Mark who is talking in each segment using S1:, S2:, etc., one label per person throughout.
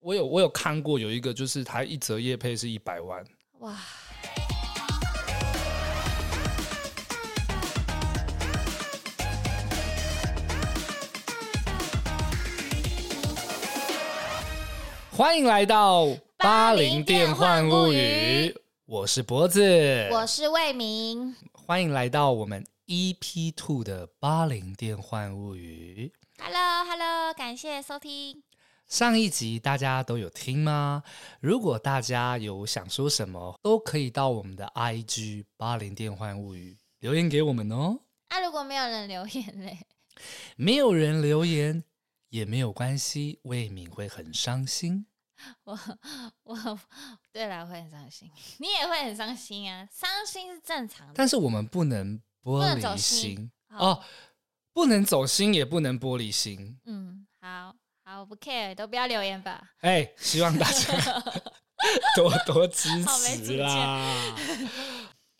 S1: 我有我有看过有一个，就是他一折业配是一百万，
S2: 哇，
S1: 欢迎来到
S2: 巴林
S1: 电
S2: 电幻物
S1: 语
S2: 语，
S1: 我是脖子，
S2: 我是魏明，
S1: 欢迎来到我们 EP Two 的巴林电幻物语。
S2: Hello Hello，感谢收听。
S1: 上一集大家都有听吗？如果大家有想说什么，都可以到我们的 IG 巴林电幻物语留言给我们哦。
S2: 啊，如果没有人留言嘞，
S1: 没有人留言也没有关系，魏敏会很伤心。
S2: 我我对啦，我会很伤心，你也会很伤心啊，伤心是正常的。
S1: 但是我们不能玻
S2: 不能走
S1: 璃心
S2: 心
S1: 哦，不能走心，也不能玻璃心。
S2: 嗯，好好，我不 care，都不要留言吧。
S1: 哎，希望大 家多多支
S2: 好没
S1: 持
S2: 主见
S1: 啦。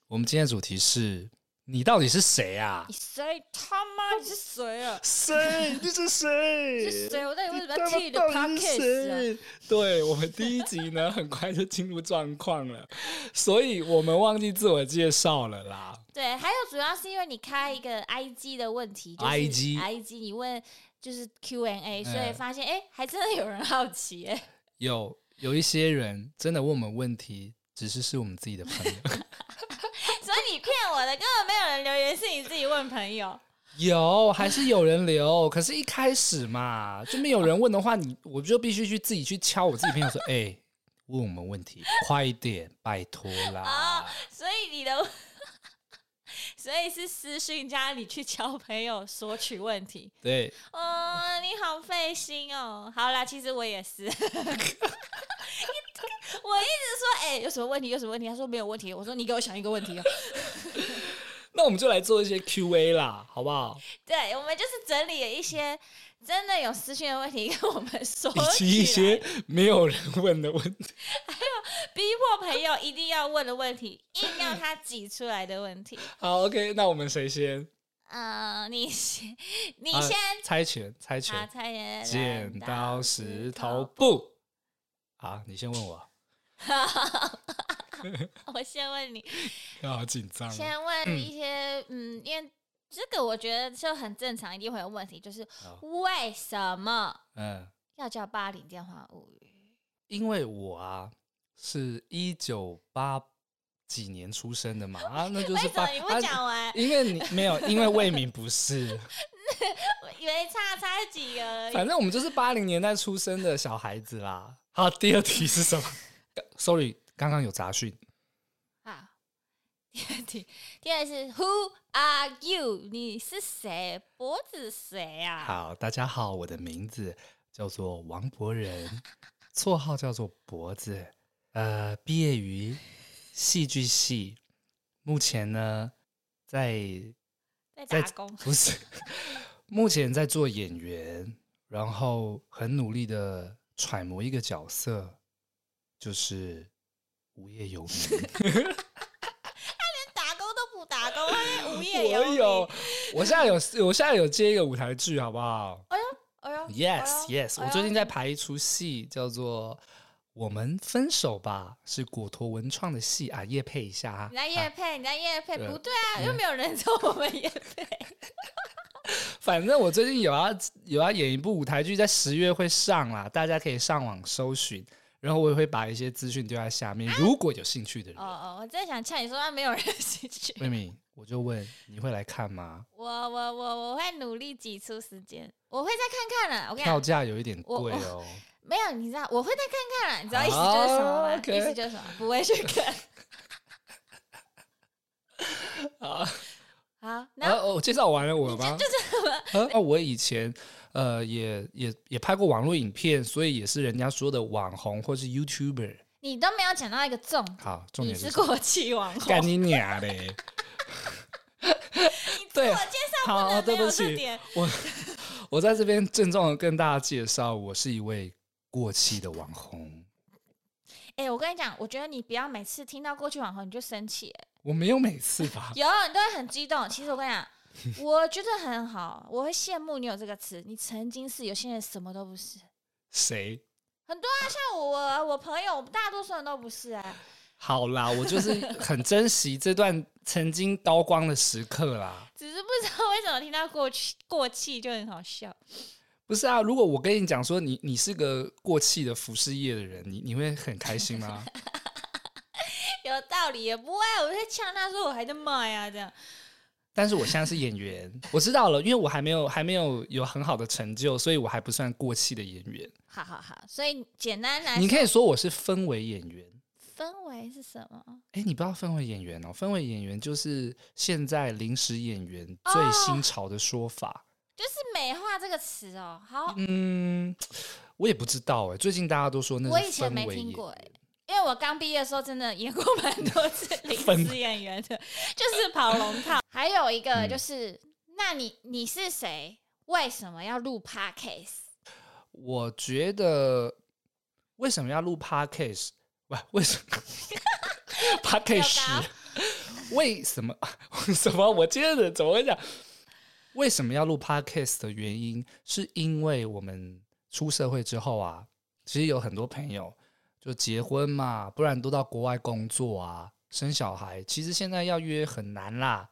S1: 我们今天的主题是：你到底是谁啊
S2: 你？谁他妈你是谁啊？
S1: 谁？你是谁？
S2: 是谁？我到底为什么要
S1: 他
S2: 听你
S1: 们
S2: 的
S1: 到
S2: podcast 啊？
S1: 底是谁？对我们第一集呢，很快就进入状况了，所以我们忘记自我介绍了啦。
S2: 对，还有主要是因为你开一个 IG 的问题，就是
S1: IG
S2: IG 你问就是 Q&A，所以
S1: 嗯
S2: 发现哎、还真的有人好奇哎、
S1: 有有一些人真的问我们问题，只是是我们自己的朋 友。
S2: 所以你骗我的，根本没有人留言，是你自己问朋友。
S1: 有还是有人留，可是一开始嘛，就没有人问的话，你我就必须去自己去敲我自己朋友说，哎、问我们问题，快一点，拜托啦。
S2: 所以你的， 所以是私讯加你去敲朋友索取问题。
S1: 对，
S2: 哦，你好费心哦。好啦，其实我也是。我一直说，哎、有什么问题？有什么问题？他说没有问题。我说你给我想一个问题哦。
S1: 那我们就来做一些 Q&A 啦，好不好？
S2: 对，我们就是整理了一些真的有私讯的问题跟我们说，
S1: 以及一些 没有人问的问题。
S2: 逼迫朋友一定要问的问题，硬要他挤出来的问题。
S1: 好，OK，那我们谁先？
S2: 呃，你先，你
S1: 啊
S2: 先，
S1: 猜拳，猜
S2: 啊，
S1: 拳，
S2: 蔡妍
S1: 剪刀石头，布。啊，你先问我啊，
S2: 我先问你，
S1: 好紧张哦。
S2: 先问一些，嗯，因为这个我觉得就很正常，一定会有问题，就是
S1: 好
S2: 为什么
S1: 嗯，
S2: 要叫《巴黎电话物语》？
S1: 因为我啊是一九八几年出生的嘛，啊， 那就
S2: 为
S1: 是
S2: 什么
S1: 八。
S2: 你
S1: 啊
S2: 不讲完？
S1: 因为你没有，因为魏明不是，
S2: 我以为差差几个而已
S1: 反正我们就是八零年代出生的小孩子啦。好，第二题是什么 ？Sorry，刚刚有杂讯。
S2: 好，第二题，第二是 Who are you？你是谁？脖子谁啊？
S1: 好，大家好，我的名字叫做王博仁，绰号叫做脖子。呃，毕业于戏剧系，目前呢在
S2: 在
S1: 在
S2: 打工。
S1: 不是 目前在做演员，然后很努力的揣摩一个角色，就是无业游民。
S2: 打工都不 打工，他 是无业游
S1: 我
S2: 民。
S1: 有，我现在有，我现在有接一个舞台剧，好不好？
S2: 哎呦
S1: Yes,
S2: 哎呦
S1: yes，
S2: 哎
S1: 我
S2: 呦
S1: 最近在排一出戏，叫做《我们分手吧》，是果陀文创的戏啊，夜配一下啊
S2: 你。在夜配，你在夜配，
S1: 对嗯
S2: 不对啊，又没有人找我们夜 配。
S1: 反正我最近有要有要演一部舞台剧，在十月会上啦，大家可以上网搜寻，然后我也会把一些资讯丢在下面，如果有兴趣的
S2: 啊哦
S1: 人。
S2: 哦，我真的想呛你说，他没有人 兴趣。
S1: 妹妹，我就问你会来看吗？
S2: 我我我我会努力挤出时间，我会再看看啦。我跟你
S1: 票
S2: 讲，
S1: 价有一点
S2: 我
S1: 贵
S2: 我
S1: 哦。
S2: 没有，你知道，我会再看看啦。你知道意思就是什么
S1: 哦
S2: 吗？
S1: ，OK
S2: 意思就是什么，不会去 看。
S1: 啊，
S2: 好，然后
S1: 啊，我介绍完了我吗？ 就是啊，我以前呃也也也拍过网络影片，所以也是人家说的网红或是 YouTuber。
S2: 你都没有讲到一个重点，
S1: 好，重
S2: 你
S1: 点
S2: 是
S1: 什么
S2: 国际网
S1: 干
S2: 红，
S1: 你娘 嘞！对
S2: 我介绍不
S1: 好，
S2: 能
S1: 对
S2: 没
S1: 不
S2: 有这
S1: 起，
S2: 点。
S1: 我我在这边郑重的跟大家介绍，我是一位过气的网红。
S2: 哎、我跟你讲，我觉得你不要每次听到过去网红你就生气，
S1: 我没有每次 吧？
S2: 有你都会很激动。其实我跟你讲，我觉得很好，我会羡慕你有这个词。你曾经是有些人什么都不是，
S1: 谁？
S2: 很多啊，像我我朋友，大多数人都不是啊。
S1: 好啦，我就是很珍惜这段曾经刀光的时刻啦。
S2: 只是不知道为什么听到过去过气就很好笑。
S1: 不是啊，如果我跟你讲说你你是个过气的服饰业的人，你你会很开心吗？
S2: 有道理也不会，我在呛他说我还在卖啊，这样
S1: 但是我现在是演员，我知道了，因为我还没有还没有有很好的成就，所以我还不算过气的演员。
S2: 好好好，所以简单来
S1: 你
S2: 说，
S1: 可以说我是氛围演员。
S2: 氛围是什么？
S1: 哎，你不知道氛围演员哦，氛围演员就是现在临时演员最
S2: 啊
S1: 新潮的说法。
S2: 就是美化这个词哦。好，
S1: 嗯，我也不知道哎，最近大家都说那是
S2: 我以前没
S1: 氛围
S2: 听
S1: 演
S2: 过欸
S1: 员
S2: 因为我刚毕业的时候真的演过蛮 多次临
S1: 氛
S2: 时演员的，就是跑龙套。还有一个
S1: 嗯
S2: 就是，那你你是谁？为什么要录 podcast？
S1: 我觉得为什么要录 podcast？不，为什么 podcast？为什么？为什么？我今天的怎么会讲？为什么要录 podcast 的原因，是因为我们出社会之后啊，其实有很多朋友就结婚嘛，不然都到国外工作啊，生小孩，其实现在要约很难啦。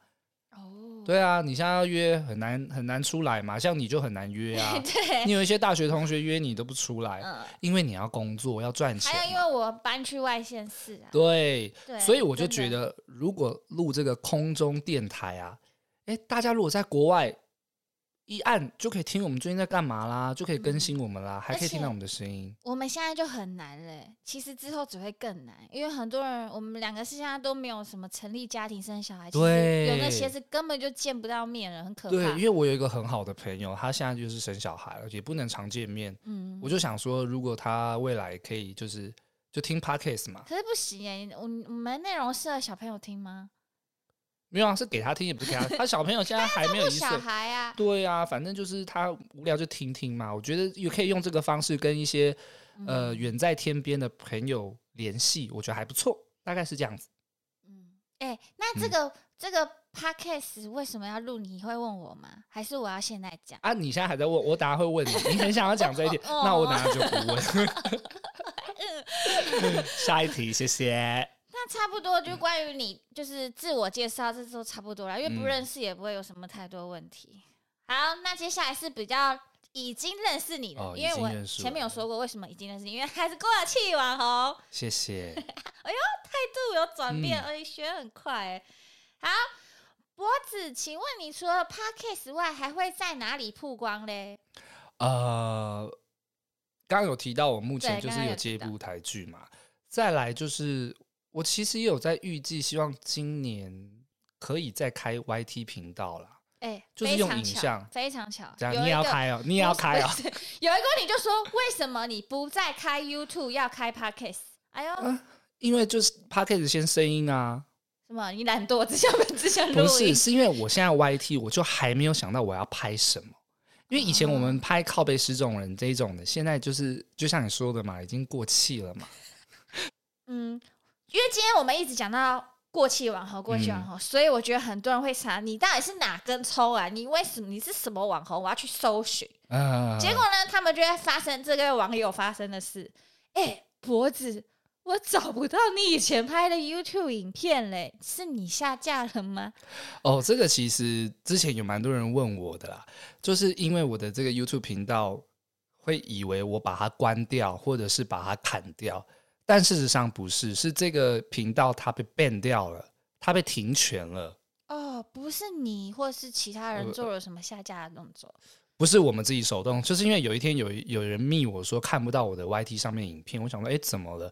S2: 哦，。
S1: 对啊，你现在要约很难很难出来嘛，像你就很难约啊
S2: 对，
S1: 你有一些大学同学约你都不出来，
S2: 嗯，
S1: 因为你要工作要赚钱
S2: 还有因
S1: 嘛，
S2: 为我搬去外县市啊，
S1: 对，
S2: 对，
S1: 所以我就
S2: 真的
S1: 觉得，如果录这个空中电台啊，诶，大家如果在国外一按就可以听我们最近在干嘛啦，就可以
S2: 嗯
S1: 更新我们啦，还可以听到我们的声音。
S2: 我们现在就很难了欸、其实之后只会更难，因为很多人，我们两个是现在都没有什么成立家庭生小孩，其实有那些
S1: 对
S2: 是根本就见不到面了，很可怕。
S1: 对，因为我有一个很好的朋友，他现在就是生小孩了，也不能常见面。
S2: 嗯
S1: 我，就想说，如果他未来可以就是就听 podcast 嘛，
S2: 可是不行耶、我我们内容适合小朋友听吗？
S1: 没有啊，是给他听，也不是给他。他小朋友现在还没有
S2: 不
S1: 一岁
S2: 小，孩啊，
S1: 对啊，反正就是他无聊就听听嘛。我觉得也可以用这个方式跟一些呃
S2: 嗯
S1: 远在天边的朋友联系，我觉得还不错，大概是这样子。
S2: 嗯，哎、那这
S1: 嗯
S2: 个、这个 podcast 为什么要录？你会问我吗？还是我要现在讲？
S1: 啊，你现在还在问我，等下会问你，你很想要讲这一点，
S2: 哦
S1: 那我等下就不 问。下一题，谢谢。
S2: 那差不多就
S1: 嗯
S2: 关于你就是自我介绍，这都差不多了，因为不
S1: 嗯
S2: 认识也不会有什么太多问题。好，那接下来是比较已经认识你的，
S1: 哦
S2: 因为
S1: 已经
S2: 我
S1: 认识嗯
S2: 前面有
S1: 我
S2: 说过为什么已经认识你，因为他是过气网红，
S1: 谢谢。
S2: 态度有转变，
S1: 嗯
S2: 而且学很快、欸。好，脖子，请问你除了 podcast 外，还会在哪里曝光嘞？
S1: 呃，刚刚有提到我目前
S2: 对
S1: 就
S2: 刚
S1: 是
S2: 刚
S1: 有
S2: 有
S1: 接一
S2: 提到
S1: 部台剧嘛，再来就是我其实也有在预计，希望今年可以再开 YT 频道啦。
S2: 哎、
S1: 就是
S2: 非
S1: 用
S2: 常
S1: 影
S2: 巧
S1: 像
S2: 非常巧。
S1: 这样
S2: 有
S1: 你
S2: 一
S1: 也要
S2: 个
S1: 开哦，你也要开哦
S2: 不。是 不是有一个你就说，为什么你不再开 YouTube，要开 Podcast？哎呦，
S1: 啊因为就是 p a c k a g e 先声音啊，
S2: 什么？你懒惰，只想只想录
S1: 不是，
S2: 音。
S1: 是因为我现在 YT 我就还没有想到我要拍什么。因为以
S2: 哦
S1: 前我们拍靠背十种人这一种的，现在就是就像你说的嘛，已经过气了嘛。
S2: 嗯，因为今天我们一直讲到过气网红，过气网红，
S1: 嗯
S2: 所以我觉得很多人会查你到底是哪根葱啊？你为什么你是什么网红？我要去搜寻。
S1: 嗯、
S2: 结果呢，他们就会发生这个网友发生的事。哎、脖子，我找不到你以前拍的 YouTube 影片嘞，是你下架了吗？
S1: 哦，这个其实之前有蛮多人问我的啦，就是因为我的这个 YouTube 频道会以为我把它关掉，或者是把它砍掉，但事实上不是，是这个频道它被 ban 掉了，它被停权了。
S2: 哦，不是你或是其他人
S1: 呃
S2: 做了什么下架的动作，
S1: 不是我们自己手动，就是因为有一天有有人密我说看不到我的 YT 上面影片，我想说哎怎么了，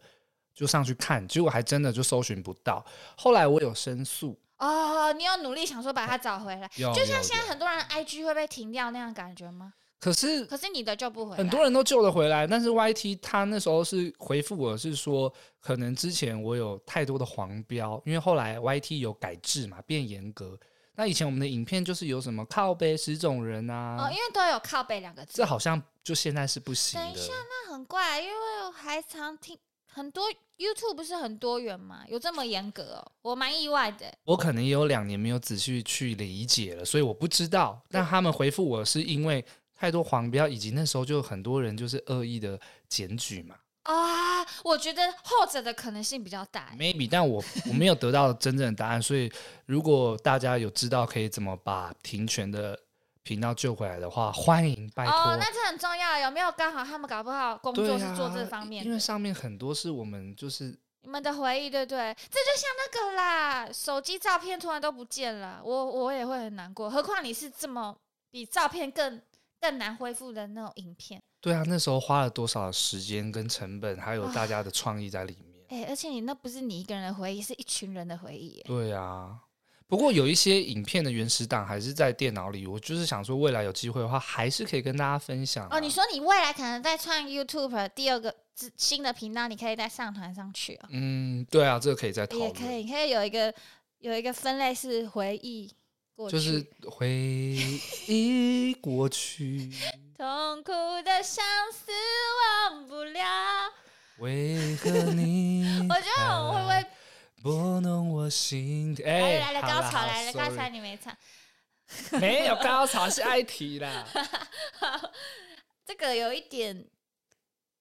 S1: 就上去看，结果还真的就搜寻不到。后来我有申诉，
S2: 哦，你有努力想说把它找回来，
S1: 有
S2: 就像
S1: 哦有
S2: 现在
S1: 有
S2: 很多人 IG 会被停掉那样感觉吗？
S1: 可是
S2: 可是你的就不回来，
S1: 很多人都救了回来，但是 YT 他那时候是回复我是说，可能之前我有太多的黄标，因为后来 YT 有改制嘛，变严格。那以前我们的影片就是有什么靠背十种人啊，
S2: 哦，因为都有靠背两个字
S1: 这，好像就现在是不行
S2: 等一
S1: 的。
S2: 下那很怪，因为我还常听很多 YouTube 不是很多元嘛，有这么严格哦，我蛮意外的。
S1: 我可能也有两年没有仔细去理解了，所以我不知道。但他们回复我是因为太多黄标，以及那时候就很多人就是恶意的检举嘛
S2: 啊，我觉得后者的可能性比较大。欸
S1: ，maybe，但 我我没有得到真正的答案，所以如果大家有知道可以怎么把停权的频道救回来的话，欢迎拜托。
S2: 哦，那这很重要。有没有刚好他们搞不好工
S1: 对
S2: 作
S1: 啊
S2: 是做这方面
S1: 因
S2: 的？
S1: 为上面很多是我们就是
S2: 你们的回忆，对不对？这就像那个啦，手机照片突然都不见了，我我也会很难过。何况你是这么比照片更更难恢复的那种影片，
S1: 对啊，那时候花了多少时间跟成本，还
S2: 啊
S1: 有大家的创意在里面。
S2: 哎、而且你那不是你一个人的回忆，是一群人的回忆耶。
S1: 对啊，不过有一些影片的原始档还是在电脑里，我就是想说，未来有机会的话，还是可以跟大家分享啊、
S2: 哦，你说你未来可能在创 YouTube 第二个之新的频道，你可以再上传上去哦，
S1: 嗯，对啊，这个可以再讨论，
S2: 也可以，可以有一个有一个分类是回忆过去，
S1: 就是回忆过去，
S2: 痛苦的相思忘不了。？
S1: 为何你
S2: 我觉得我会不会？
S1: 拨弄我心？哎、
S2: 来来来，
S1: 好啦
S2: 高潮来了，刚才
S1: 好
S2: 你没唱，
S1: ，sorry 没有高潮是爱题啦。
S2: 这个有一点，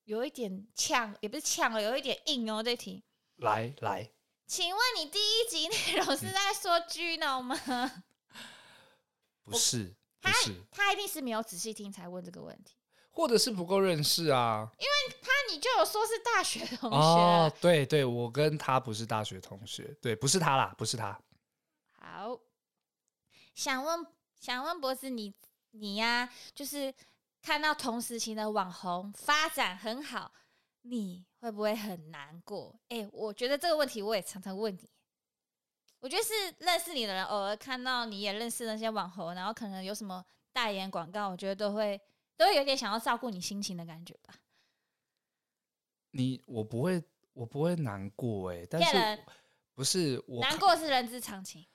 S2: 有一点呛，也不是呛了，有一点硬哦。这题，
S1: 来来，
S2: 请问你第一集内容是在说 Gino 吗？
S1: 不是不
S2: 他
S1: 是，
S2: 他一定是没有仔细听才问这个问题。
S1: 或者是不够认识啊。
S2: 那你就有说是大学同学，啊
S1: 哦，对对，我跟他不是大学同学，对，不是他啦，不是他。
S2: 好，想问想问博士你，你呀、就是看到同时期的网红发展很好，你会不会很难过？哎、我觉得这个问题我也常常问你。我觉得是认识你的人，偶尔看到你也认识那些网红，然后可能有什么代言广告，我觉得都会都会有点想要照顾你心情的感觉吧。
S1: 你我不会，我不会难过哎、但
S2: 骗
S1: 是
S2: 人，
S1: 不是我
S2: 难
S1: 看
S2: 过是人之常情，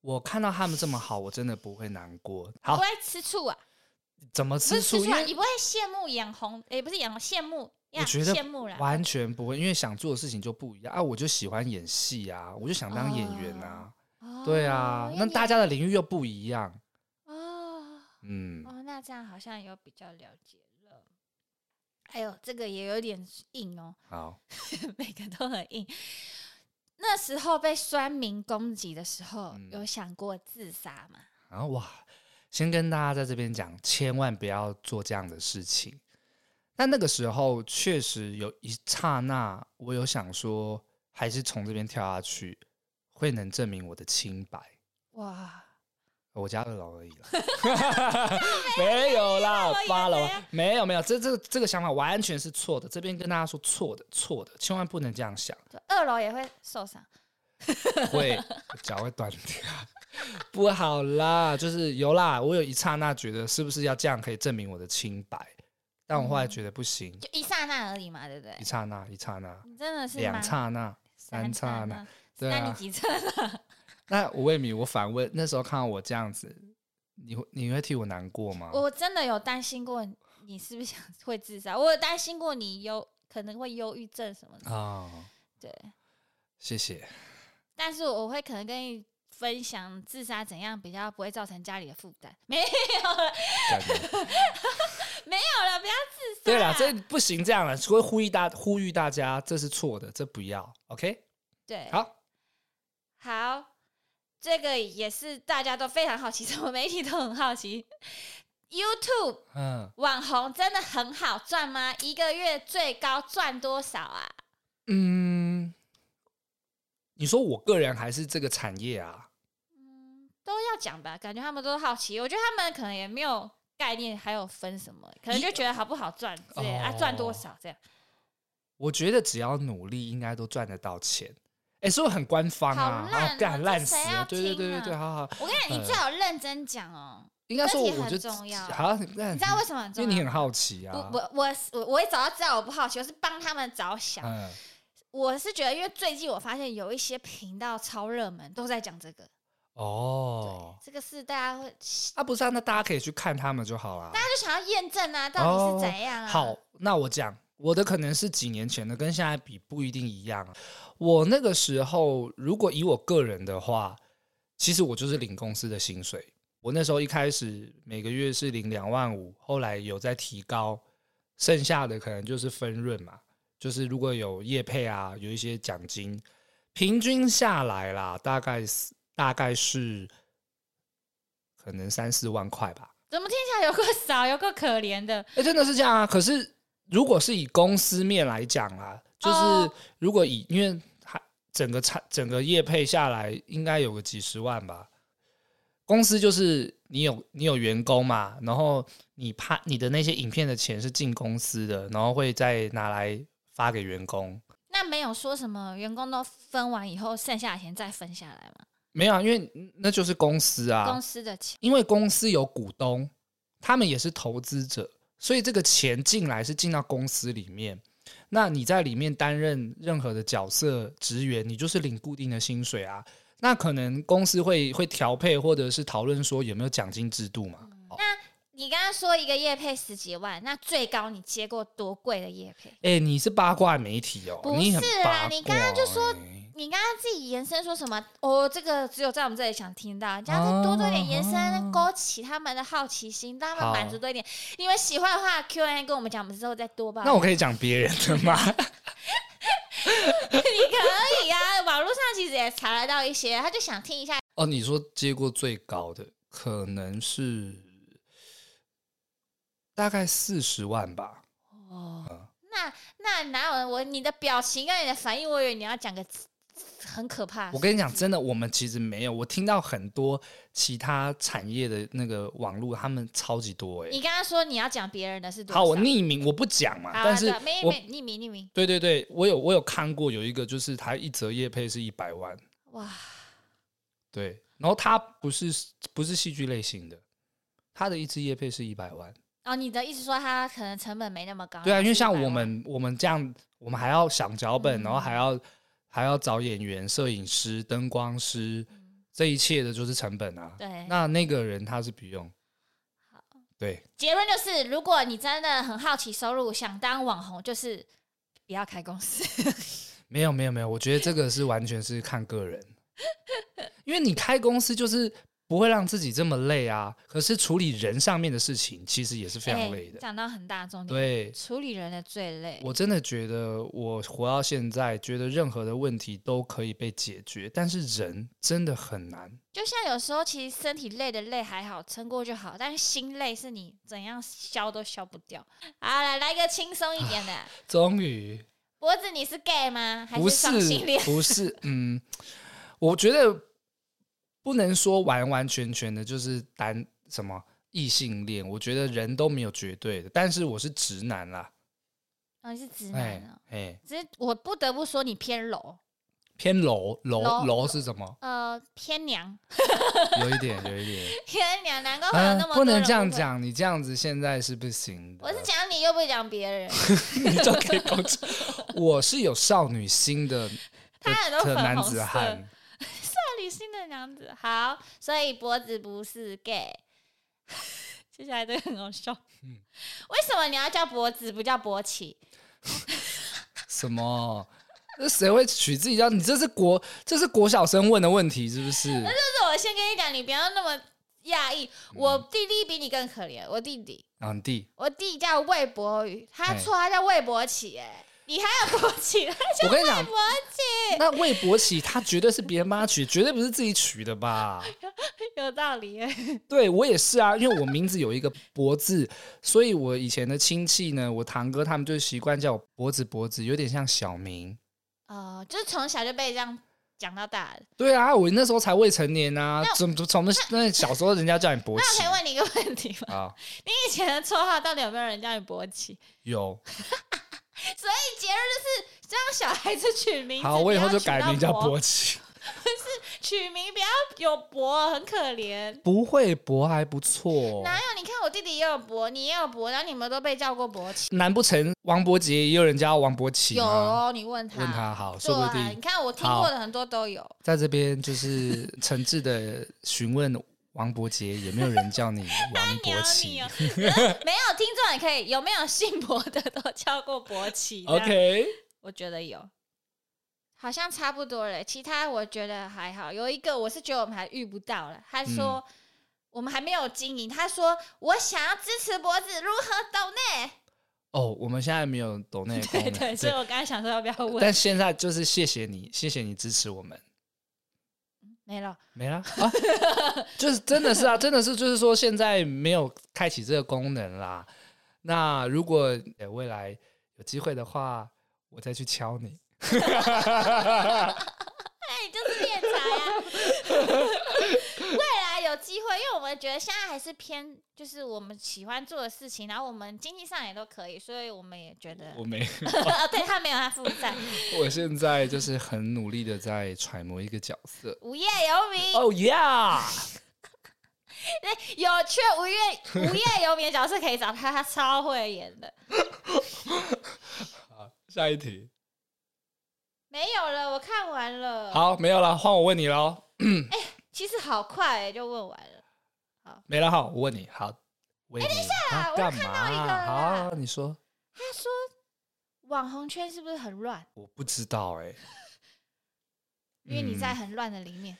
S1: 我看到他们这么好，我真的不会难过。
S2: 不
S1: 好，
S2: 会吃醋啊。
S1: 怎么
S2: 不
S1: 吃
S2: 是吃
S1: 醋？
S2: 醋
S1: 因
S2: 啊，你
S1: 为
S2: 不会羡慕眼红，也、不是眼红，羡慕呀，
S1: 我觉得
S2: 羡慕啦。
S1: 完全不会，因为想做的事情就不一样啊！我就喜欢演戏啊，我就想当演员啊，
S2: 哦
S1: 对啊。
S2: 因为
S1: 那
S2: 你
S1: 大家的领域又不一样，
S2: 哦
S1: 嗯，
S2: 哦，那这样好像有比较了解了。还有这个也有点硬哦，
S1: 好，
S2: 每个都很硬。那时候被酸民攻击的时候，
S1: 嗯
S2: 有想过自杀吗？
S1: 然后哇，先跟大家在这边讲，千万不要做这样的事情。但那个时候确实有一刹那，我有想说，还是从这边跳下去，会能证明我的清白。
S2: 哇，
S1: 我家二楼而已啦， 没有啦
S2: 哎我以，为
S1: 八楼
S2: 怎样
S1: 没有没有，这这这个想法完全是错的。这边跟大家说错的，错的，千万不能这样想。
S2: 就二楼也会受伤。
S1: 会脚会断掉，不好啦，就是有啦。我有一刹那觉得是不是要这样可以证明我的清白，但我后
S2: 嗯
S1: 来觉得不行，
S2: 就一刹那而已嘛，对不对
S1: 一？刹那一刹那，
S2: 你真的是
S1: 两
S2: 蛮
S1: 刹那。三刹那
S2: 那，
S1: 对
S2: 那你
S1: 啊，
S2: 几刹那？
S1: 那我魏敏，我反问，那时候看到我这样子，你会你会替我难过吗？
S2: 我真的有担心过你是不是想 会自杀，我有担心过你忧可能会忧郁症什么的。
S1: 啊、
S2: 对，
S1: 谢谢。
S2: 但是我会可能跟你分享自杀怎样比较不会造成家里的负担。没
S1: 感 觉
S2: 有了，不要自杀。
S1: 对啦，这不行，这样了，所以呼吁大呼吁大家，这是错的，这不要。OK，
S2: 对
S1: 好，
S2: 好这个也是大家都非常好奇， 什么媒体都很好奇。YouTube
S1: 嗯
S2: 网红真的很好赚吗？一个月最高赚多少啊？
S1: 嗯，你说我个人还是这个产业啊？
S2: 嗯，都要讲吧，感觉他们都好奇。我觉得他们可能也没有概念，还有分什么，可能就觉得好不好赚之类的啊，赚多少这样。
S1: 我觉得只要努力，应该都赚得到钱。哎，是不是很官方啊？
S2: 好烂
S1: 啊
S2: 啊
S1: 干
S2: 这
S1: 烂
S2: 谁
S1: 死
S2: 要
S1: 了！对对
S2: 听
S1: 对对对，
S2: 啊
S1: 好好，
S2: 我跟你
S1: 哦
S2: 讲，你最好认真讲哦。
S1: 应该
S2: 这
S1: 说我
S2: 题
S1: 我
S2: 很
S1: 就
S2: 重要
S1: 好，那
S2: 你知道为什么很
S1: 嗯因
S2: 重
S1: 为你
S2: 要
S1: 很
S2: 吗？
S1: 好奇啊。
S2: 我我我是我我也早就知道我不好奇，我是帮他们着想。
S1: 嗯，
S2: 我是觉得，因为最近我发现有一些频道超热门，都在讲这个。
S1: 哦，
S2: 这个是大家会，
S1: 啊，不是啊，那大家可以去看他们就好啦。
S2: 大家就想要验证啊，到底是怎样啊？
S1: 哦好，那我讲我的可能是几年前的，跟现在比不一定一样。啊我那个时候，如果以我个人的话，其实我就是领公司的薪水，我那时候一开始每个月是领两万五，后来有在提高，剩下的可能就是分润嘛，就是如果有业配啊，有一些奖金，平均下来啦，大概是大概是可能三四万块吧。
S2: 怎么听起来有够 少，有够可怜的？
S1: 哎、真的是这样啊。可是如果是以公司面来讲啊，就是
S2: 哦
S1: 如果以因为还整个产整个业配下来，应该有个几十万吧。公司就是你有你有员工嘛，然后你拍你的那些影片的钱是进公司的，然后会再拿来发给员工。
S2: 那没有说什么员工都分完以后，剩下的钱再分下来吗？
S1: 没有啊，因为那就是公司啊，
S2: 公司的钱
S1: 因为公司有股东，他们也是投资者，所以这个钱进来是进到公司里面。那你在里面担任任何的角色、职员，你就是领固定的薪水啊。那可能公司会会调配，或者是讨论说有没有奖金制度嘛？
S2: 嗯
S1: 哦
S2: 你刚刚说一个业配十几万，那最高你接过多贵的业配？
S1: 哎、你是八卦媒体哦，
S2: 不
S1: 你很
S2: 是啊
S1: 八卦、
S2: 你刚刚就说
S1: 哎
S2: 你刚刚自己延伸说什么？哦，这个只有在我们这里想听到，你这样再多做一点延伸，
S1: 哦
S2: 勾起他们的好奇心，让他
S1: 好
S2: 们满足多一点。你们喜欢的话，Q&A 跟我们讲，我们之后再多吧。
S1: 那我可以讲别人的吗？
S2: 你可以啊，网络上其实也查得到一些，他就想听一下。
S1: 哦，你说接过最高的可能是大概四十万吧。
S2: 哦，那那哪有我你的表情跟你的反应，我以为你要讲个很可怕的事。
S1: 我跟你讲，真的，我们其实没有。我听到很多其他产业的那个网络，他们超级多哎、
S2: 你刚刚说你要讲别人的是多少？
S1: 好，我匿名，我不讲嘛。
S2: 好啊
S1: 但是
S2: 对没
S1: 我
S2: 没匿名匿名，
S1: 对对对，我有我有看过有一个，就是他一折业配是一百万，
S2: 哇，
S1: 对，然后他不是不是戏剧类型的，他的一支业配是一百万。
S2: 哦，你的意思说他可能成本没那么高？
S1: 对啊，因为像
S2: 100万
S1: 我们我们这样，我们还要想脚本，
S2: 嗯
S1: 然后还要还要找演员、摄影师、灯光师，
S2: 嗯
S1: 这一切的就是成本啊。
S2: 对，
S1: 那那个人他是不用
S2: 哎好，
S1: 对。
S2: 结论就是，如果你真的很好奇收入，想当网红，就是不要开公 司。
S1: 没有没有没有，我觉得这个是完全是看个 人，因为你开公司就是不会让自己这么累啊。可是处理人上面的事情，其实也是非常累
S2: 哎
S1: 的。
S2: 讲到很大重点，
S1: 对
S2: 处理人的最累。
S1: 我真的觉得，我活到现在，觉得任何的问题都可以被解决，但是人真的很难。
S2: 就像有时候其实身体累的累还好，撑过就好，但是心累是你怎样消都消不掉。好，来来一个轻松一点的，
S1: 啊终于，
S2: 脖子你是 gay 吗？还
S1: 不
S2: 双性
S1: 是
S2: 恋？
S1: 不是，嗯，我觉得不能说完完全全的就是单什么异性恋，我觉得人都没有绝对的，但是我是直男啦。
S2: 哦，你是直
S1: 哎
S2: 男哦。
S1: 哎，
S2: 只是我不得不说你偏柔，
S1: 偏柔柔
S2: 柔
S1: 柔是什么？
S2: 呃，偏娘，
S1: 有一 点，有一点。
S2: 偏娘，难怪会有
S1: 啊
S2: 哦那，么
S1: 不
S2: 多、
S1: 能这样。讲，你这样子现在是不行的。
S2: 我是讲你又不讲别人，
S1: 你就可以攻击。我是有少女心的，
S2: 他很多
S1: 的
S2: 粉红
S1: 男子
S2: 色
S1: 汉。
S2: 少女心的娘子。好，所以脖子不是 gay。接下来这个很好笑，
S1: 嗯
S2: 为什么你要叫脖子不叫勃起？
S1: 什么？ 那谁会取自己叫？你这是国，这是国小生问的问题，是不是？
S2: 但是我先跟你讲，你不要那么讶异，
S1: 嗯
S2: 我弟弟比你更可怜，我弟弟，
S1: 啊，你弟，
S2: 我弟叫魏博宇，他
S1: 嘿
S2: 绰号叫魏博起、哎，你还有博起，他
S1: 我
S2: 叫
S1: 跟你讲
S2: 魏，博起，
S1: 那魏博起他绝对是别人帮他取，绝对不是自己取的吧？
S2: 有道理、哎
S1: 对我也是啊，因为我名字有一个“脖”字，所以我以前的亲戚呢，我堂哥他们就习惯叫我“脖子脖子”，有点像小名。
S2: 哦，就是从小就被这样讲到大的。
S1: 对啊，我那时候才未成年啊，怎么从那小时候人家叫你“脖
S2: 那我
S1: 子
S2: 可以问你一个问题吗？”
S1: 啊？
S2: 你以前的绰号到底有没有人叫你勃起？
S1: 有
S2: 所以结论就是，这样小孩子取名字，
S1: 好，我以后
S2: 不
S1: 就
S2: 要取
S1: 改
S2: 到
S1: 名叫“
S2: 勃
S1: 脖子
S2: 取名不要有勃，很可怜”，。
S1: 不会“脖”还不错、
S2: 哪有？你看我弟弟也有勃，你也有勃，然后你们都被叫过勃起。
S1: 难不成王伯杰也有人叫王伯起
S2: 有
S1: 吗？
S2: 哦，你问他，
S1: 啊问他好，
S2: 对
S1: 说不
S2: 啊，你
S1: 定
S2: 看我听过的很多都有。
S1: 在这边就是诚挚的询问王伯杰有没有人叫你王伯
S2: 鸟
S1: 起
S2: 你哦，没有听众也可以，有没有姓勃的都叫过勃 起这样
S1: ？OK。
S2: 我觉得有，好像差
S1: 嗯
S2: 不多了。其他我觉得还好，有一个我是觉得我们还遇不到了。他说、我们还没有经营。他说我想要支持脖子，如何抖内？
S1: 哦，我们现在没有抖内功
S2: 对
S1: 能，
S2: 对，所以我刚才想说要 不要问，
S1: 但现在就是谢谢你，谢谢你支持我们。
S2: 没了。
S1: 没啦啊， 就是真的是啊，真的是就是说现在没有开启这个功能啦。那如果呃未来有机会的话，我再去敲你。
S2: 哎，你就是敛财啊！未来有机会，因为我们觉得现在还是偏就是我们喜欢做的事情，然后我们经济上也都可以，所以我们也觉得
S1: 我，没，
S2: 哦， 对他没有他负债，
S1: 我现在就是很努力的在揣摩一个角色。
S2: 无业游民，
S1: 哦呀，
S2: 有缺无业无业游民的角色可以找他，他超会演的。
S1: 好，下一题。
S2: 没有了，我看完了。
S1: 好，没有了，换我问你喽。
S2: 其实好快、欸、就问完了。
S1: 没了哈，我问你。好，
S2: 哎
S1: 喂，等一下
S2: 我又
S1: 干
S2: 看
S1: 嘛
S2: 到一个了
S1: 啊？
S2: 啦
S1: 好，你说。
S2: 他说网红圈是不是很乱？
S1: 我不知道哎、
S2: 因为你
S1: 嗯
S2: 在很乱的里面。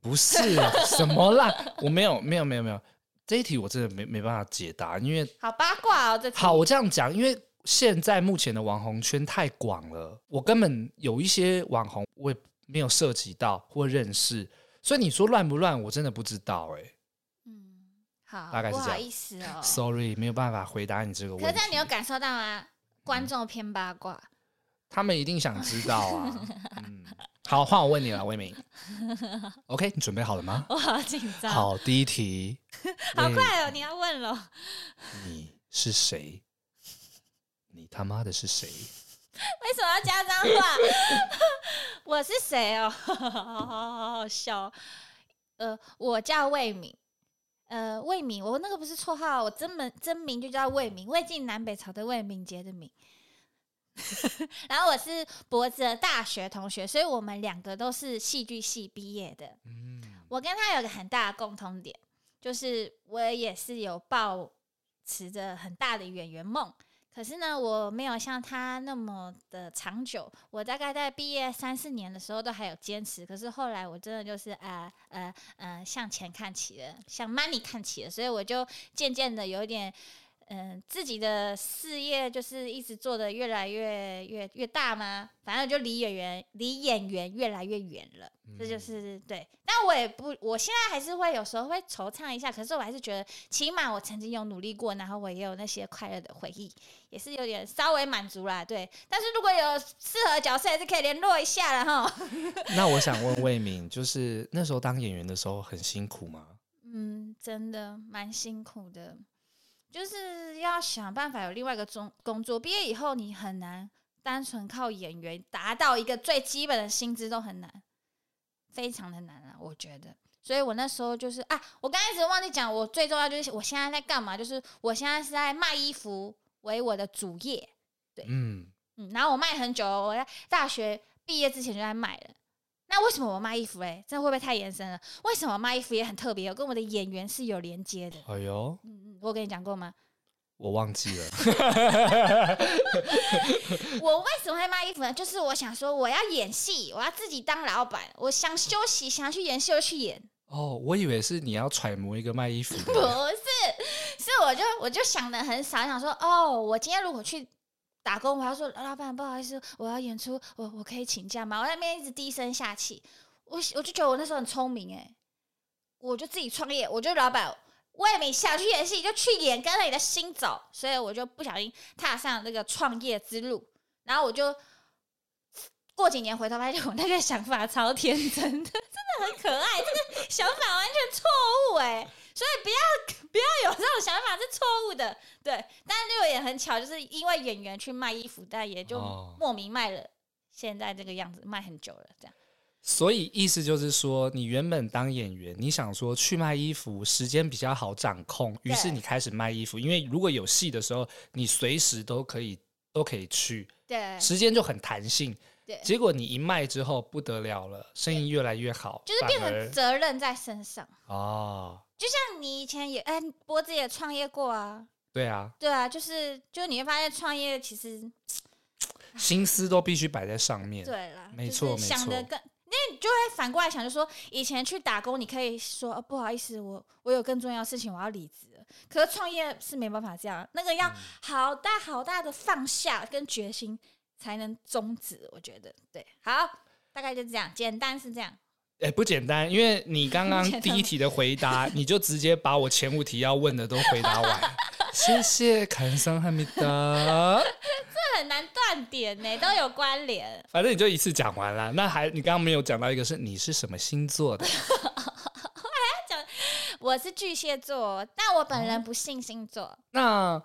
S1: 不是啊什么啦？我没有，没有，没有，没有。这一题我真的没没办法解答，因为
S2: 好八卦哦，这题
S1: 好，我这样讲，因为现在目前的网红圈太广了，我根本有一些网红我也没有涉及到或认识，所以你说乱不乱，我真的不知道哎、
S2: 嗯，好，
S1: 大概是
S2: 不
S1: 这
S2: 好
S1: 样
S2: 意思 哦。
S1: Sorry，没有办法回答你这个
S2: 可是
S1: 问
S2: 这
S1: 题
S2: 样。你有感受到吗？观众偏八卦，
S1: 他们一定想知道 啊。嗯，好，换我问你了，魏明。OK，你准备好了吗？
S2: 我好紧
S1: 嗯
S2: 张，
S1: 好，嗯第一题。
S2: 哦好
S1: 魏
S2: 快哦！你要问了，
S1: 你是谁？你他妈的是谁？
S2: 为什么要加脏话？我是谁哦？好好好好笑哦。呃，我叫魏敏，呃，魏敏，我那个不是绰号，我真名真名就叫魏敏，魏晋南北朝的魏敏杰的敏。然后我是博子的大学同学，所以我们两个都是戏剧系毕业的。
S1: 嗯，
S2: 我跟他有个很大的共通点，就是我也是有抱持着很大的演员梦，可是呢，我没有像他那么的长久。我大概在毕业三四年的时候都还有坚持，可是后来我真的就是呃呃呃向前看齐了，向 money 看齐了，所以我就渐渐的有一点。嗯，自己的事业就是一直做的越来越越越大吗？反正就离演员离演员越来越远了。这就
S1: 嗯
S2: 是对，但我也不，我现在还是会有时候会惆怅一下，可是我还是觉得，起码我曾经有努力过，然后我也有那些快乐的回忆，也是有点稍微满足啦，对。但是如果有适合的角色，还是可以联络一下啦。哈。
S1: 那我想问魏敏，就是那时候当演员的时候很辛苦吗？
S2: 嗯，真的蛮辛苦的，就是要想办法有另外一个中工作。毕业以后，你很难单纯靠演员达到一个最基本的薪资都很难，非常的难啊，我觉得。所以我那时候就是啊，我刚开始忘记讲，我最重要就是我现在在干嘛，就是我现在是在卖衣服为我的主业，
S1: 嗯，
S2: 嗯，然后我卖很久哦，我在大学毕业之前就在卖了。那为什么我卖衣服嘞？这会不会太延伸了？为什么我卖衣服也很特别？我跟我的演员是有连接的。
S1: 哎呦，
S2: 嗯嗯，我跟你讲过吗？
S1: 我忘记了。
S2: 我为什么会卖衣服呢？就是我想说，我要演戏，我要自己当老板，我想休息，想要去演戏我就去演。
S1: 哦，我以为是你要揣摩一个卖衣服
S2: 不
S1: 的。
S2: 是，是我就我就想的很少，想说哦，我今天如果去打工，我要说老板不好意思，我要演出，我我可以请假吗？我在那边一直低声下气，我我就觉得我那时候很聪明哎、我就自己创业，我就老板。魏敏想去演戏就去演，跟着你的心走，所以我就不小心踏上那个创业之路。然后我就过几年回头发现，我那个想法超天真的，真的很可爱。这个想法完全错误哎，所以不要不要有这种想法是错误的。对，但是这个也很巧，就是因为演员去卖衣服，但也就
S1: 哦
S2: 莫名卖了。现在这个样子卖很久了，这样
S1: 所以意思就是说，你原本当演员，你想说去卖衣服，时间比较好掌控，于是
S2: 对
S1: 你开始卖衣服，因为如果有戏的时候，你随时都可以都可以去，
S2: 对
S1: 时间就很弹性。
S2: 对，
S1: 结果你一卖之后不得了了，生意越来越好，
S2: 就是变
S1: 反而
S2: 成责任在身上。
S1: 哦，
S2: 像你以前也哎，脖子也创业过啊，
S1: 对啊，
S2: 对啊，就是就你会发现创业其实
S1: 心思都必须摆在上面。
S2: 对啦，
S1: 没
S2: 就是
S1: 错没
S2: 想的
S1: 错
S2: 更，那你就会反过来想，就说以前去打工，你可以说、哦、不好意思，我我有更重要的事情，我要离职了。可是创业是没办法这样，那个要
S1: 嗯
S2: 好大好大的放下跟决心才能终止。我觉得对，好，大概就这样，简单是这样。
S1: 哎、不简单，因为你刚刚
S2: 不简单
S1: 第一题的回答，你就直接把我前五题要问的都回答 完。谢谢坎桑哈密德，
S2: 这很难断点呢、都有关联。
S1: 反正你就一次讲完了。那还你刚刚没有讲到一个是你是什么星座的？
S2: 我是巨蟹座，但我本
S1: 哦
S2: 人不信星座。
S1: 那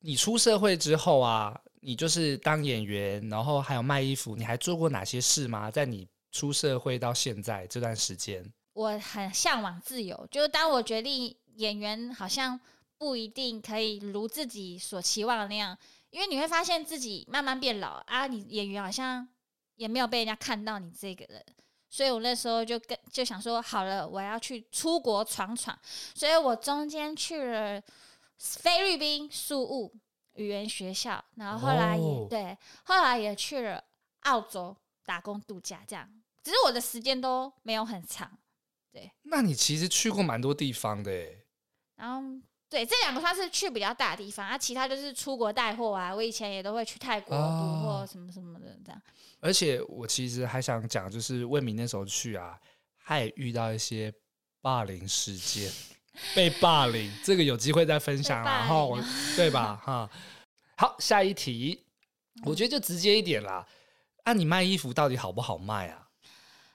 S1: 你出社会之后啊，你就是当演员，然后还有卖衣服，你还做过哪些事吗？在你出社会到现在这段时间，
S2: 我很向往自由，就是当我决定演员好像不一定可以如自己所期望的那样，因为你会发现自己慢慢变老啊，你演员好像也没有被人家看到你这个人，所以我那时候就跟就想说，好了，我要去出国闯闯，所以我中间去了菲律宾宿务语言学校，然后后来也、
S1: 哦
S2: 对，后来也去了澳洲打工度假，这样，只是我的时间都没有很长。
S1: 那你其实去过蛮多地方的哎耶。
S2: 然后对这两个算是去比较大的地方，啊，其他就是出国带货啊。我以前也都会去泰国
S1: 哦
S2: 补货什么什么的，这样。
S1: 而且我其实还想讲，就是魏明那时候去啊，他也遇到一些霸凌事件，被霸凌，这个有机会再分享
S2: 被霸
S1: 啦，
S2: 凌
S1: 哈，我对吧？哈，好，下一题，我觉得就直接一点啦。啊，你卖衣服到底好不好卖啊？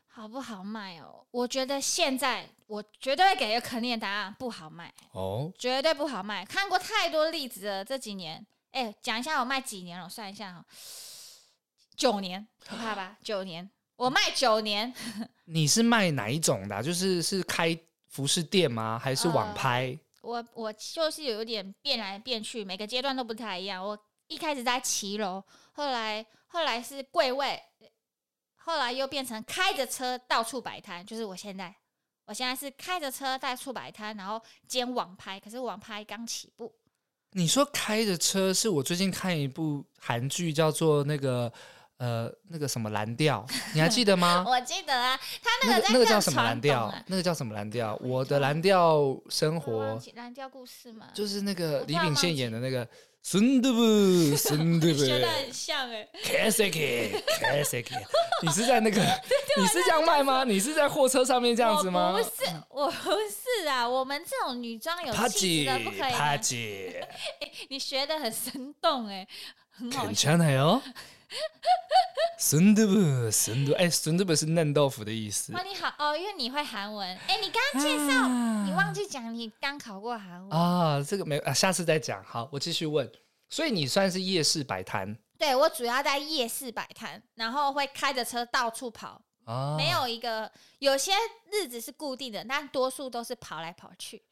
S2: 好不好卖哦？我觉得现在我绝对会给一个肯定的答案，不好卖，
S1: 哦，
S2: 绝对不好卖。看过太多例子了，这几年，哎，讲一下我卖几年了，我算一下哈、哦，九年，可怕吧？九年，我卖九年，
S1: 你是卖哪一种的啊、就是是开服饰店吗？还是
S2: 呃
S1: 网拍？
S2: 我我就是有点变来变去，每个阶段都不太一样。我一开始在骑楼，后来后来是柜位，后来又变成开着车到处摆摊，就是我现在。我现在是开着车到处摆摊，然后兼网拍，可是网拍刚起步。
S1: 你说开着车是我最近看一部韩剧，叫做那个呃那个什么蓝调，你还记得吗？
S2: 我记得啊，他
S1: 那
S2: 个
S1: 个
S2: 在
S1: 那个
S2: 更
S1: 叫什么
S2: 传
S1: 蓝
S2: 统
S1: 调
S2: 啊？
S1: 那个叫什么蓝调？我的蓝调生
S2: 我忘
S1: 活
S2: 记蓝调故事嘛，
S1: 就是那个
S2: 我
S1: 李
S2: 突然
S1: 秉宪
S2: 忘记
S1: 演的那个孙德布孙德布
S2: 学的很像哎、
S1: ，Kaseki Kaseki，你是在那个你是这样卖吗？你是在货车上面这样子吗
S2: 啊我？不是，我不是啊，我们这种女装有
S1: 帕
S2: 气质
S1: 吉
S2: 的不可以啊
S1: 帕
S2: 吗。
S1: 吉，
S2: 哎你学的很生动哎、很好
S1: 괜
S2: 笑。
S1: 찮아요？孙德布孙德，哎，孙德布是嫩豆腐的意思
S2: 哦，。你好哦，因为你会韩文。哎、你刚刚介绍，
S1: 啊
S2: 你忘记讲，你刚考过韩文。
S1: 啊？这个没啊，下次再讲。好，我继续问。所以你算是夜市摆摊
S2: 对我主要在夜市摆摊，然后会开着车到处跑，
S1: 啊？
S2: 没有一个有些日子是固定的，但多数都是跑来跑去，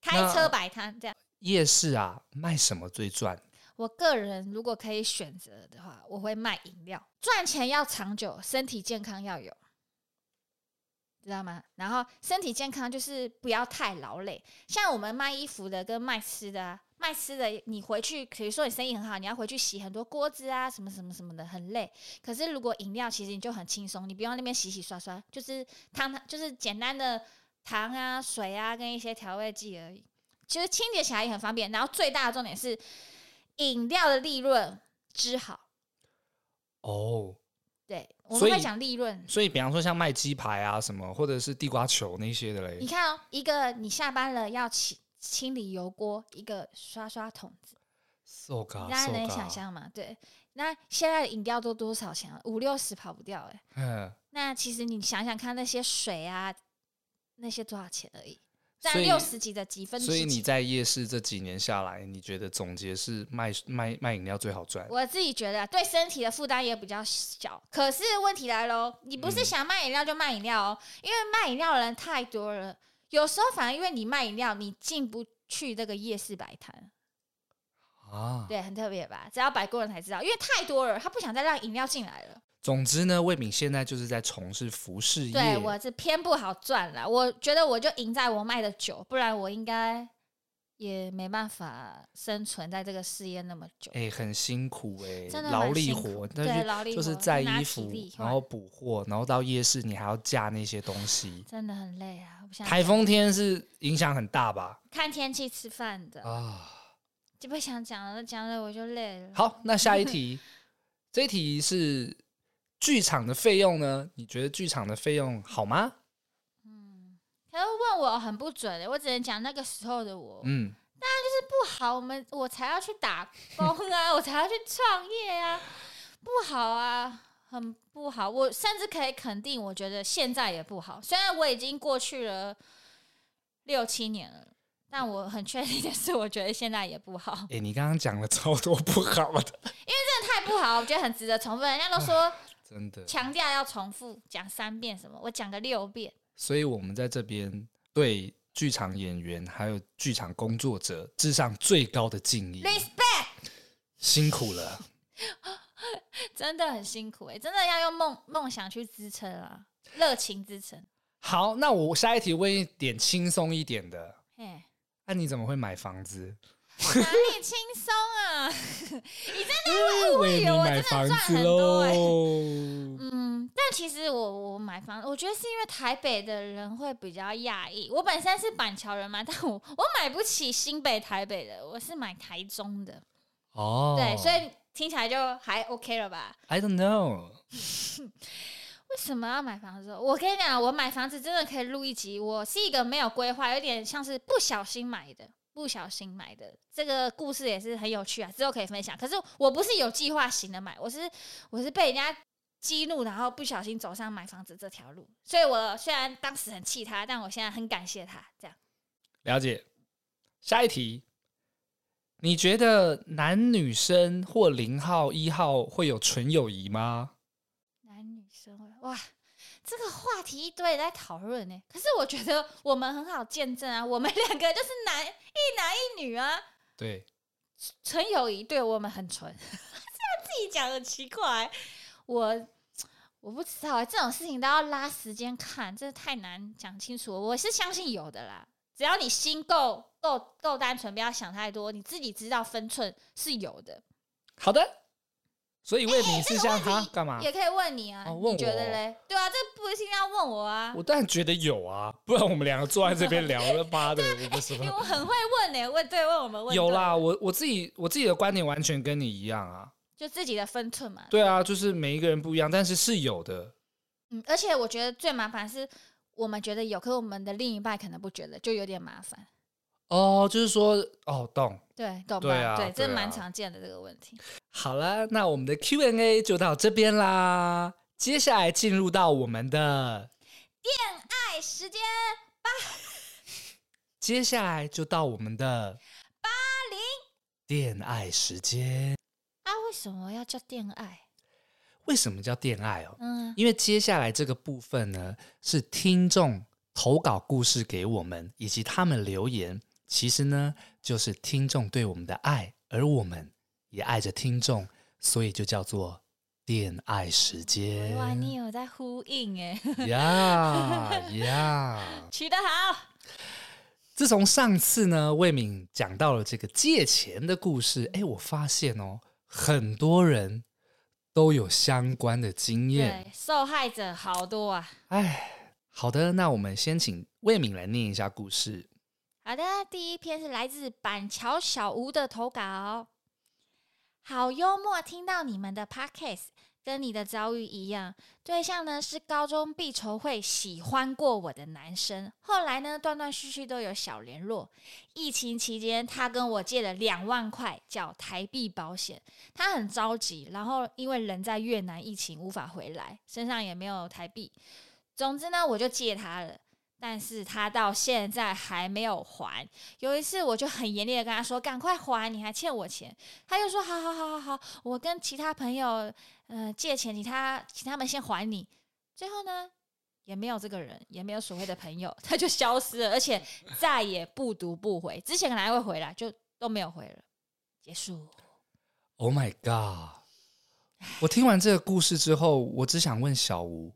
S2: 开
S1: 那
S2: 车摆摊这样。
S1: 夜市啊，卖什么最赚？
S2: 我个人如果可以选择的话，我会卖饮料。赚钱要长久，身体健康要有，知道吗？然后身体健康就是不要太劳累。像我们卖衣服的跟卖吃的、啊，卖吃的你回去，比如说你生意很好，你要回去洗很多锅子啊，什么什么什么的，很累。可是如果饮料，其实你就很轻松，你不用那边洗洗刷刷，就是汤汤，就是简单的糖啊、水啊跟一些调味剂而已。其实清洁起来也很方便，然后最大的重点是饮料的利润之好。
S1: 哦，
S2: 对，我
S1: 所
S2: 们
S1: 以
S2: 会讲利润。
S1: 所以比方说像卖鸡排啊什么，或者是地瓜球那些的
S2: 你
S1: 嘞。
S2: 看哦，一个你下班了要清清理油锅，一个刷刷桶子，
S1: 啊 So 嘎
S2: 大家能想，象吗？对，那现在的饮料都多少钱、啊？五六十跑不掉哎、
S1: 嗯，
S2: 那其实你想想看，那些水啊，那些多少钱而已，
S1: 所
S2: 占
S1: 以
S2: 六十几的几分之
S1: 所以你
S2: 几。
S1: 在夜市这几年下来，你觉得总结是卖卖卖饮料最好赚？
S2: 我自己觉得对身体的负担也比较小，可是问题来喽，你不是
S1: 嗯
S2: 想卖饮料就卖饮料哦，因为卖饮料的人太多了，有时候反而因为你卖饮料，你进不去这个夜市摆摊，
S1: 啊，
S2: 对，很特别吧？只要摆过人才知道，因为太多了，他不想再让饮料进来了。
S1: 总之呢，魏敏现在就是在从事服饰业。
S2: 对我是偏不好赚了，我觉得我就赢在我卖的久，不然我应该也没办法生存在这个事业那么久，
S1: 哎、很辛苦哎、
S2: 真的蛮
S1: 劳力
S2: 辛苦
S1: 活，但
S2: 对
S1: 是
S2: 劳力
S1: 就是
S2: 活
S1: 载
S2: 拿
S1: 衣
S2: 体
S1: 服
S2: 力，
S1: 然
S2: 换
S1: 后补货，然后到夜市你还要架那些东西。
S2: 真的很累啊！我想
S1: 台风天是影响很大吧？
S2: 看天气吃饭的，
S1: 啊，
S2: 就不想讲了，讲了我就累了。
S1: 好，那下一 题，这一题是剧场的费用呢？你觉得剧场的费用好吗？
S2: 嗯，可是问我很不准欸的，我只能讲那个时候的我、
S1: 嗯，
S2: 不好，我们我才要去打工 啊，我才要去创业啊，不好啊，很不好。我甚至可以肯定，我觉得现在也不好，虽然我已经过去了六七年了。但我很确定的是，我觉得现在也不 好，
S1: 哎、你刚刚讲了超多不好的，
S2: 太不好，我觉得很值得重复。人家都
S1: 嗯
S2: 说
S1: 真的。
S2: 强调要重复讲三遍什么，我讲个六遍，
S1: 所以我们在这边对剧场演员还有剧场工作者致上最高的敬意，
S2: respect，
S1: 辛苦了。
S2: 真的很辛苦哎、真的要用梦梦想去支撑啊，热情支撑。
S1: 好，那我下一题问一点轻松一点的。
S2: 哎，
S1: 那、你怎么会买房子？
S2: 哪里轻松啊？
S1: 我
S2: 以为我真的赚很多欸
S1: 喽。
S2: 嗯，但其实我我买房，我觉得是因为台北的人会比较讶异。我本身是板桥人嘛，但我我买不起新北、台北的，我是买台中的，
S1: 哦，
S2: 对，所以听起来就还 OK 了吧？
S1: I don't know，
S2: 为什么要买房子？我跟你讲，我买房子真的可以录一集。我是一个没有规划，有点像是不小心买的，不小心买的。这个故事也是很有趣啊，之后可以分享。可是我不是有计划型的买，我是我是被人家激怒，然后不小心走上买房子这条路。所以我虽然当时很气他，但我现在很感谢他。这样，
S1: 了解。下一题，你觉得男女生或零号、一号会有纯友谊吗？
S2: 男女生会哇，这个话题一堆在讨论呢。可是我觉得我们很好见证啊，我们两个就是男一男一女啊。
S1: 对，
S2: 纯友谊对我们很纯， 这样自己讲的奇怪。我我不知道欸，这种事情都要拉时间看，真的太难讲清楚了。我是相信有的啦，只要你心够够够单纯，不要想太多，你自己知道分寸是有的。
S1: 好的。所以问你是像
S2: 这个
S1: 他
S2: 问题
S1: 干嘛？
S2: 也可以问你啊，
S1: 哦问
S2: 你觉得
S1: 我
S2: 嘞？对啊，这不一定要问我啊，
S1: 我当然觉得有啊，不然我们两个坐在这边聊了妈的，我不是
S2: 因为我很会问呢、欸问对问我们问
S1: 有
S2: 对
S1: 啦，，我我自己我自己的观点完全跟你一样啊。
S2: 就自己的分寸嘛。
S1: 对啊，就是每一个人不一样，但是是有的。
S2: 嗯，而且我觉得最麻烦是我们觉得有，可是我们的另一半可能不觉得，就有点麻烦。
S1: 哦，就是说，哦，懂。
S2: 对，懂吧？
S1: 对啊
S2: 这
S1: 对啊
S2: 蛮常见的这个问题。
S1: 好了，那我们的 Q&A 就到这边啦。接下来进入到我们的，
S2: 爱时间
S1: 接下来就到我们的八零恋爱时间。
S2: 啊，为什么要叫恋爱？
S1: 为什么叫恋爱哦？
S2: 嗯，
S1: 因为接下来这个部分呢，是听众投稿故事给我们，以及他们留言，其实呢就是听众对我们的爱，而我们也爱着听众，所以就叫做恋爱时间。
S2: 哇，你有在呼应哎，
S1: 呀呀！
S2: 取得好。
S1: 自从上次呢，魏敏讲到了这个借钱的故事，哎，我发现哦，很多人都有相关的经验。
S2: 对，受害者好多啊。
S1: 哎，好的，那我们先请魏敏来念一下故事。
S2: 好的，第一篇是来自板桥小吴的投稿。好幽默，听到你们的 podcast，跟你的遭遇一样。对象呢是高中必筹会喜欢过我的男生，后来呢断断续续都有小联络。疫情期间，他跟我借了两万块缴台币保险，他很着急，然后因为人在越南，疫情无法回来，身上也没有台币。总之呢，我就借他了。但是他到现在还没有还。有一次，我就很严厉的跟他说：“赶快还，你还欠我钱。”他就说：“好好好好好，我跟其他朋友呃借钱，请他请他们先还你。”最后呢，也没有这个人，也没有所谓的朋友，他就消失了，而且再也不读不回。之前可能还会回来，就都没有回了。结束。
S1: Oh my god！我听完这个故事之后，我只想问小吴，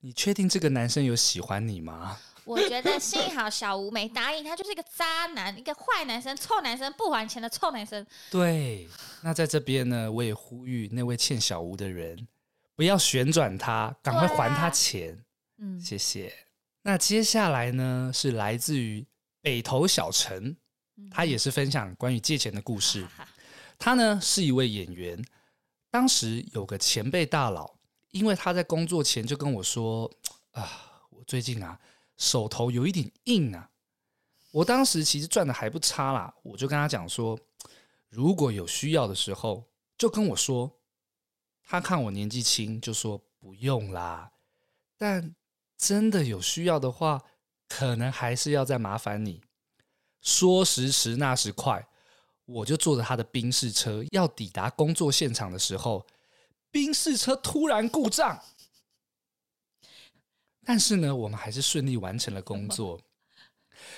S1: 你确定这个男生有喜欢你吗？
S2: 我觉得幸好小吴没答应，他就是一个渣男，一个坏男生，臭男生，不还钱的臭男生。
S1: 对，那在这边呢，我也呼吁那位欠小吴的人，不要旋转他，赶快还他钱，
S2: 嗯，
S1: 谢谢。那接下来呢，是来自于北投小陈，
S2: 嗯
S1: 他也是分享关于借钱的故事。
S2: 哈哈
S1: 他呢是一位演员，当时有个前辈大佬，因为他在工作前就跟我说：“啊，我最近啊手头有一点硬啊。”我当时其实赚的还不差啦，我就跟他讲说：“如果有需要的时候，就跟我说。”他看我年纪轻，就说：“不用啦。”但真的有需要的话，可能还是要再麻烦你。说时迟，那时快，我就坐着他的宾士车，要抵达工作现场的时候，宾士车突然故障。但是呢，我们还是顺利完成了工作。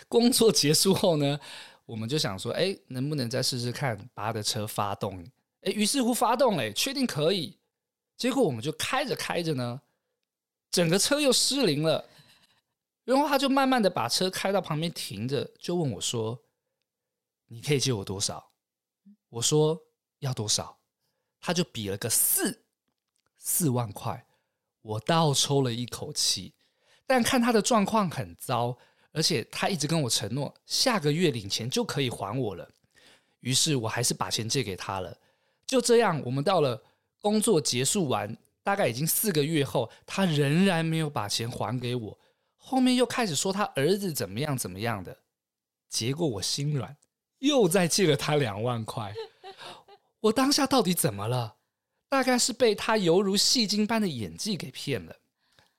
S1: 工作结束后呢，我们就想说，哎，能不能再试试看把他的车发动？哎，于是乎发动了，确定可以。结果我们就开着开着呢，整个车又失灵了。然后他就慢慢的把车开到旁边停着，就问我说：“你可以借我多少？我说要多少，他就比了个四，四万块。我倒抽了一口气，但看他的状况很糟，而且他一直跟我承诺下个月领钱就可以还我了，于是我还是把钱借给他了。就这样，我们到了工作结束完，大概已经四个月后，他仍然没有把钱还给我。后面又开始说他儿子怎么样怎么样的，结果我心软，又再借了他两万块。 我当下到底怎么了？大概是被他犹如戏精般的演技给骗了。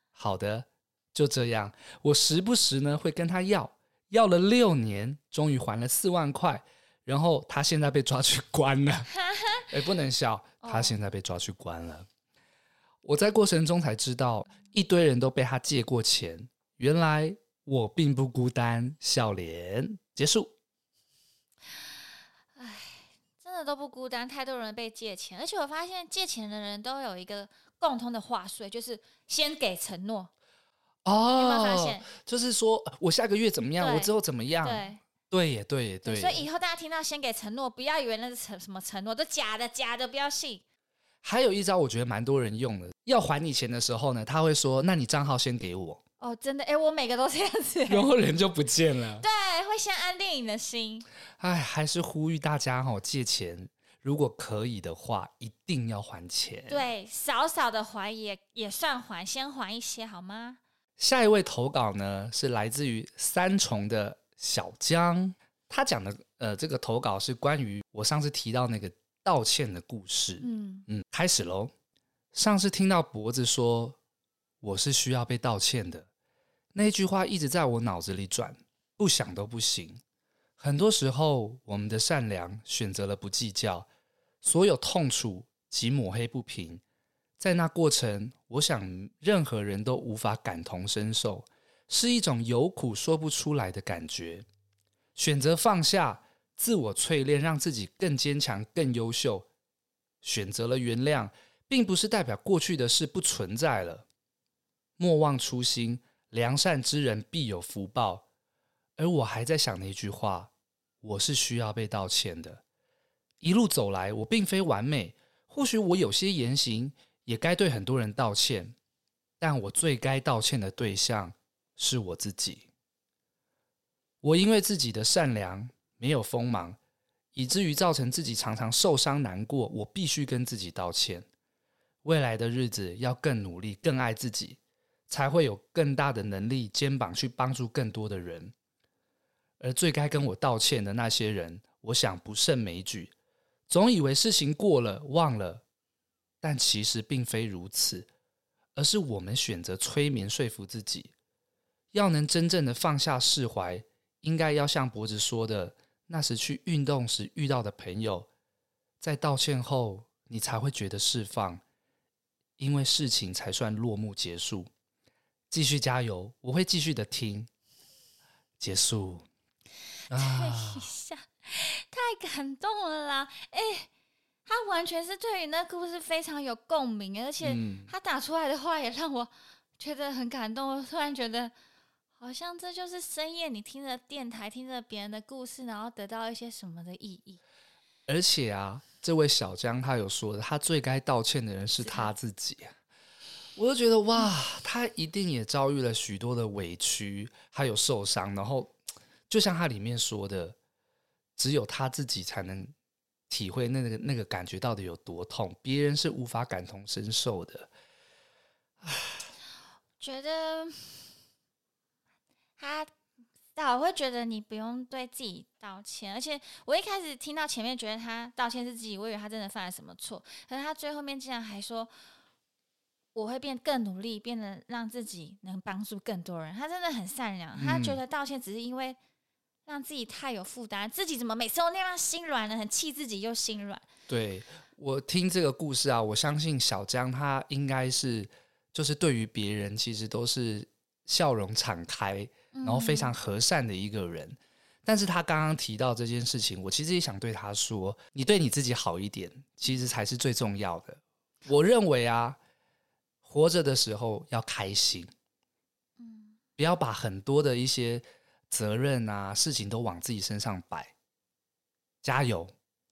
S1: 好的，就这样，我时不时呢会跟他要，要了六年，终于还了四万块。然后他现在被抓去关了，哎，不能笑，他现在被抓去关了。我在过程中才知道，一堆人都被他借过钱，原来我并不孤单。笑脸结束。
S2: 真的都不孤单，太多人被借钱，而且我发现借钱的人都有一个共通的话术，就是先给承诺。有没有发
S1: 哦
S2: 现，？
S1: 就是说呃我下个月怎么样，
S2: 对
S1: 我之后怎么样？
S2: 对
S1: 对耶，对耶，
S2: 对，
S1: 耶
S2: 所以以后大家听到先给承诺，不要以为那是承什么承诺，都假的，假的，不要信。
S1: 还有一招，我觉得蛮多人用的。要还你钱的时候呢，他会说：“那你账号先给 我。
S2: 哦，真的，哎，我每个都这样子，”
S1: 然后人就不见了。
S2: 对，会先安定你的心。
S1: 哎，还是呼吁大家哈、哦，借钱如果可以的话，一定要还钱。，
S2: 对，少少的还也也算还，先还一些好吗？
S1: 下一位投稿呢是来自于三重的小江，他讲的呃这个投稿是关于我上次提到那个道歉的故事。
S2: 嗯，
S1: 嗯，开始喽。上次听到脖子说我是需要被道歉的那句话，一直在我脑子里转，不想都不行。很多时候，我们的善良选择了不计较，所有痛楚及抹黑不平，在那过程，我想任何人都无法感同身受，是一种有苦说不出来的感觉。选择放下，自我淬炼，让自己更坚强、更优秀，选择了原谅，并不是代表过去的事不存在了。莫忘初心，良善之人必有福报。而我还在想那句话：我是需要被道歉的。一路走来，我并非完美，或许我有些言行也该对很多人道歉，但我最该道歉的对象是我自己。我因为自己的善良没有锋芒，以至于造成自己常常受伤难过，我必须跟自己道歉。未来的日子要更努力，更爱自己，才会有更大的能力肩膀去帮助更多的人。而最该跟我道歉的那些人，我想不胜枚举。总以为事情过了，忘了，但其实并非如此，而是我们选择催眠说服自己，要能真正的放下释怀，应该要像博子说的，那时去运动时遇到的朋友，在道歉后，你才会觉得释放，因为事情才算落幕结束。继续加油，我会继续的听。结束啊
S2: 一，下，太感动了啦！哎、他完全是对于那故事非常有共鸣，而且
S1: 嗯
S2: 他打出来的话也让我觉得很感动。我突然觉得，好像这就是深夜你听着电台，听着别人的故事，然后得到一些什么的意义。
S1: 而且啊，这位小江他有说的，他最该道歉的人是他自己啊。我就觉得哇，他一定也遭遇了许多的委屈，他有受伤，然后就像他里面说的，只有他自己才能体会那个那个感觉到底有多痛，别人是无法感同身受的。
S2: 觉得他，但我会觉得你不用对自己道歉。而且我一开始听到前面觉得他道歉是自己，我以为他真的犯了什么错，可是他最后面竟然还说我会变更努力，变得让自己能帮助更多人。他真的很善良，他觉
S1: 嗯
S2: 得道歉只是因为让自己太有负担，自己怎么每次都那样心软呢？很气自己又心软。
S1: 对我听这个故事啊，我相信小江他应该是就是对于别人其实都是笑容敞开，
S2: 然
S1: 嗯然后非常和善的一个人。但是他刚刚提到这件事情，我其实也想对他说：，你对你自己好一点，其实才是最重要的。我认为啊，活着的时候要开心，
S2: 嗯
S1: 不要把很多的一些责任啊、事情都往自己身上摆。加油，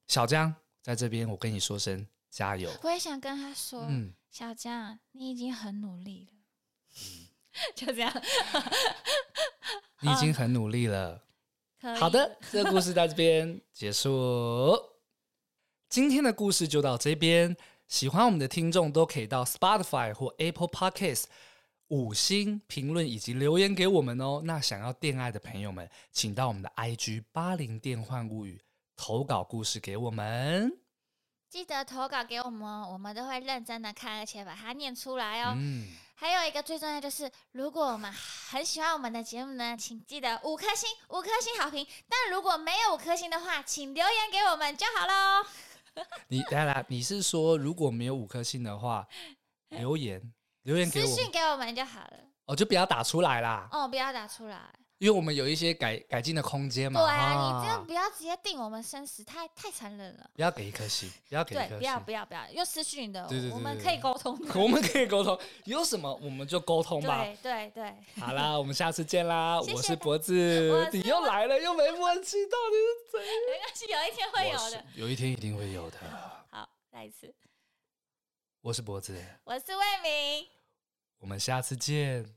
S1: 小江，在这边我跟你说声加油。
S2: 我也想跟他说，
S1: 嗯，
S2: 小江，你已经很努力了，
S1: 嗯
S2: 就这样。
S1: 你已经很努力了。
S2: 可以
S1: 好的，这个故事在这边结束。今天的故事就到这边。喜欢我们的听众都可以到 Spotify 或 Apple Podcasts 五星评论以及留言给我们哦。那想要恋爱的朋友们，请到我们的 IG 八零电幻物语投稿故事给我们。
S2: 记得投稿给我们哦，我们都会认真的看，而且把它念出来哦。
S1: 嗯，
S2: 还有一个最重要就是，如果我们很喜欢我们的节目呢，请记得五颗星，五颗星好评。但如果没有五颗星的话，请留言给我们就好喽。
S1: 你来来，你是说如果没有五颗星的话，留言留言给
S2: 私
S1: 我们
S2: 信给我们就好了，
S1: 哦，就不要打出来啦，
S2: 哦，不要打出来。
S1: 因为我们有一些改改进的空间嘛。
S2: 对啊，
S1: 哈
S2: 你这样不要直接定我们生死，太太残忍了。
S1: 不要给一颗星，不要给一
S2: 对，
S1: 颗
S2: 不要
S1: 星。
S2: 不要不要，又私讯的，
S1: 对对对
S2: 我们
S1: 对
S2: 可以
S1: 对
S2: 沟通的。
S1: 我们可以沟通，有什么我们就沟通吧。
S2: 对对对，
S1: 好 啦，我们下次见啦！
S2: 谢谢
S1: 我是脖子，
S2: 我是
S1: 你又来了，又没默契，到底
S2: 没关系，有一天会
S1: 是
S2: 有
S1: 怎
S2: 的
S1: 样？。有一天一定会有的。
S2: 好，再一次，
S1: 我是脖子，
S2: 我是魏明。
S1: 我们下次见。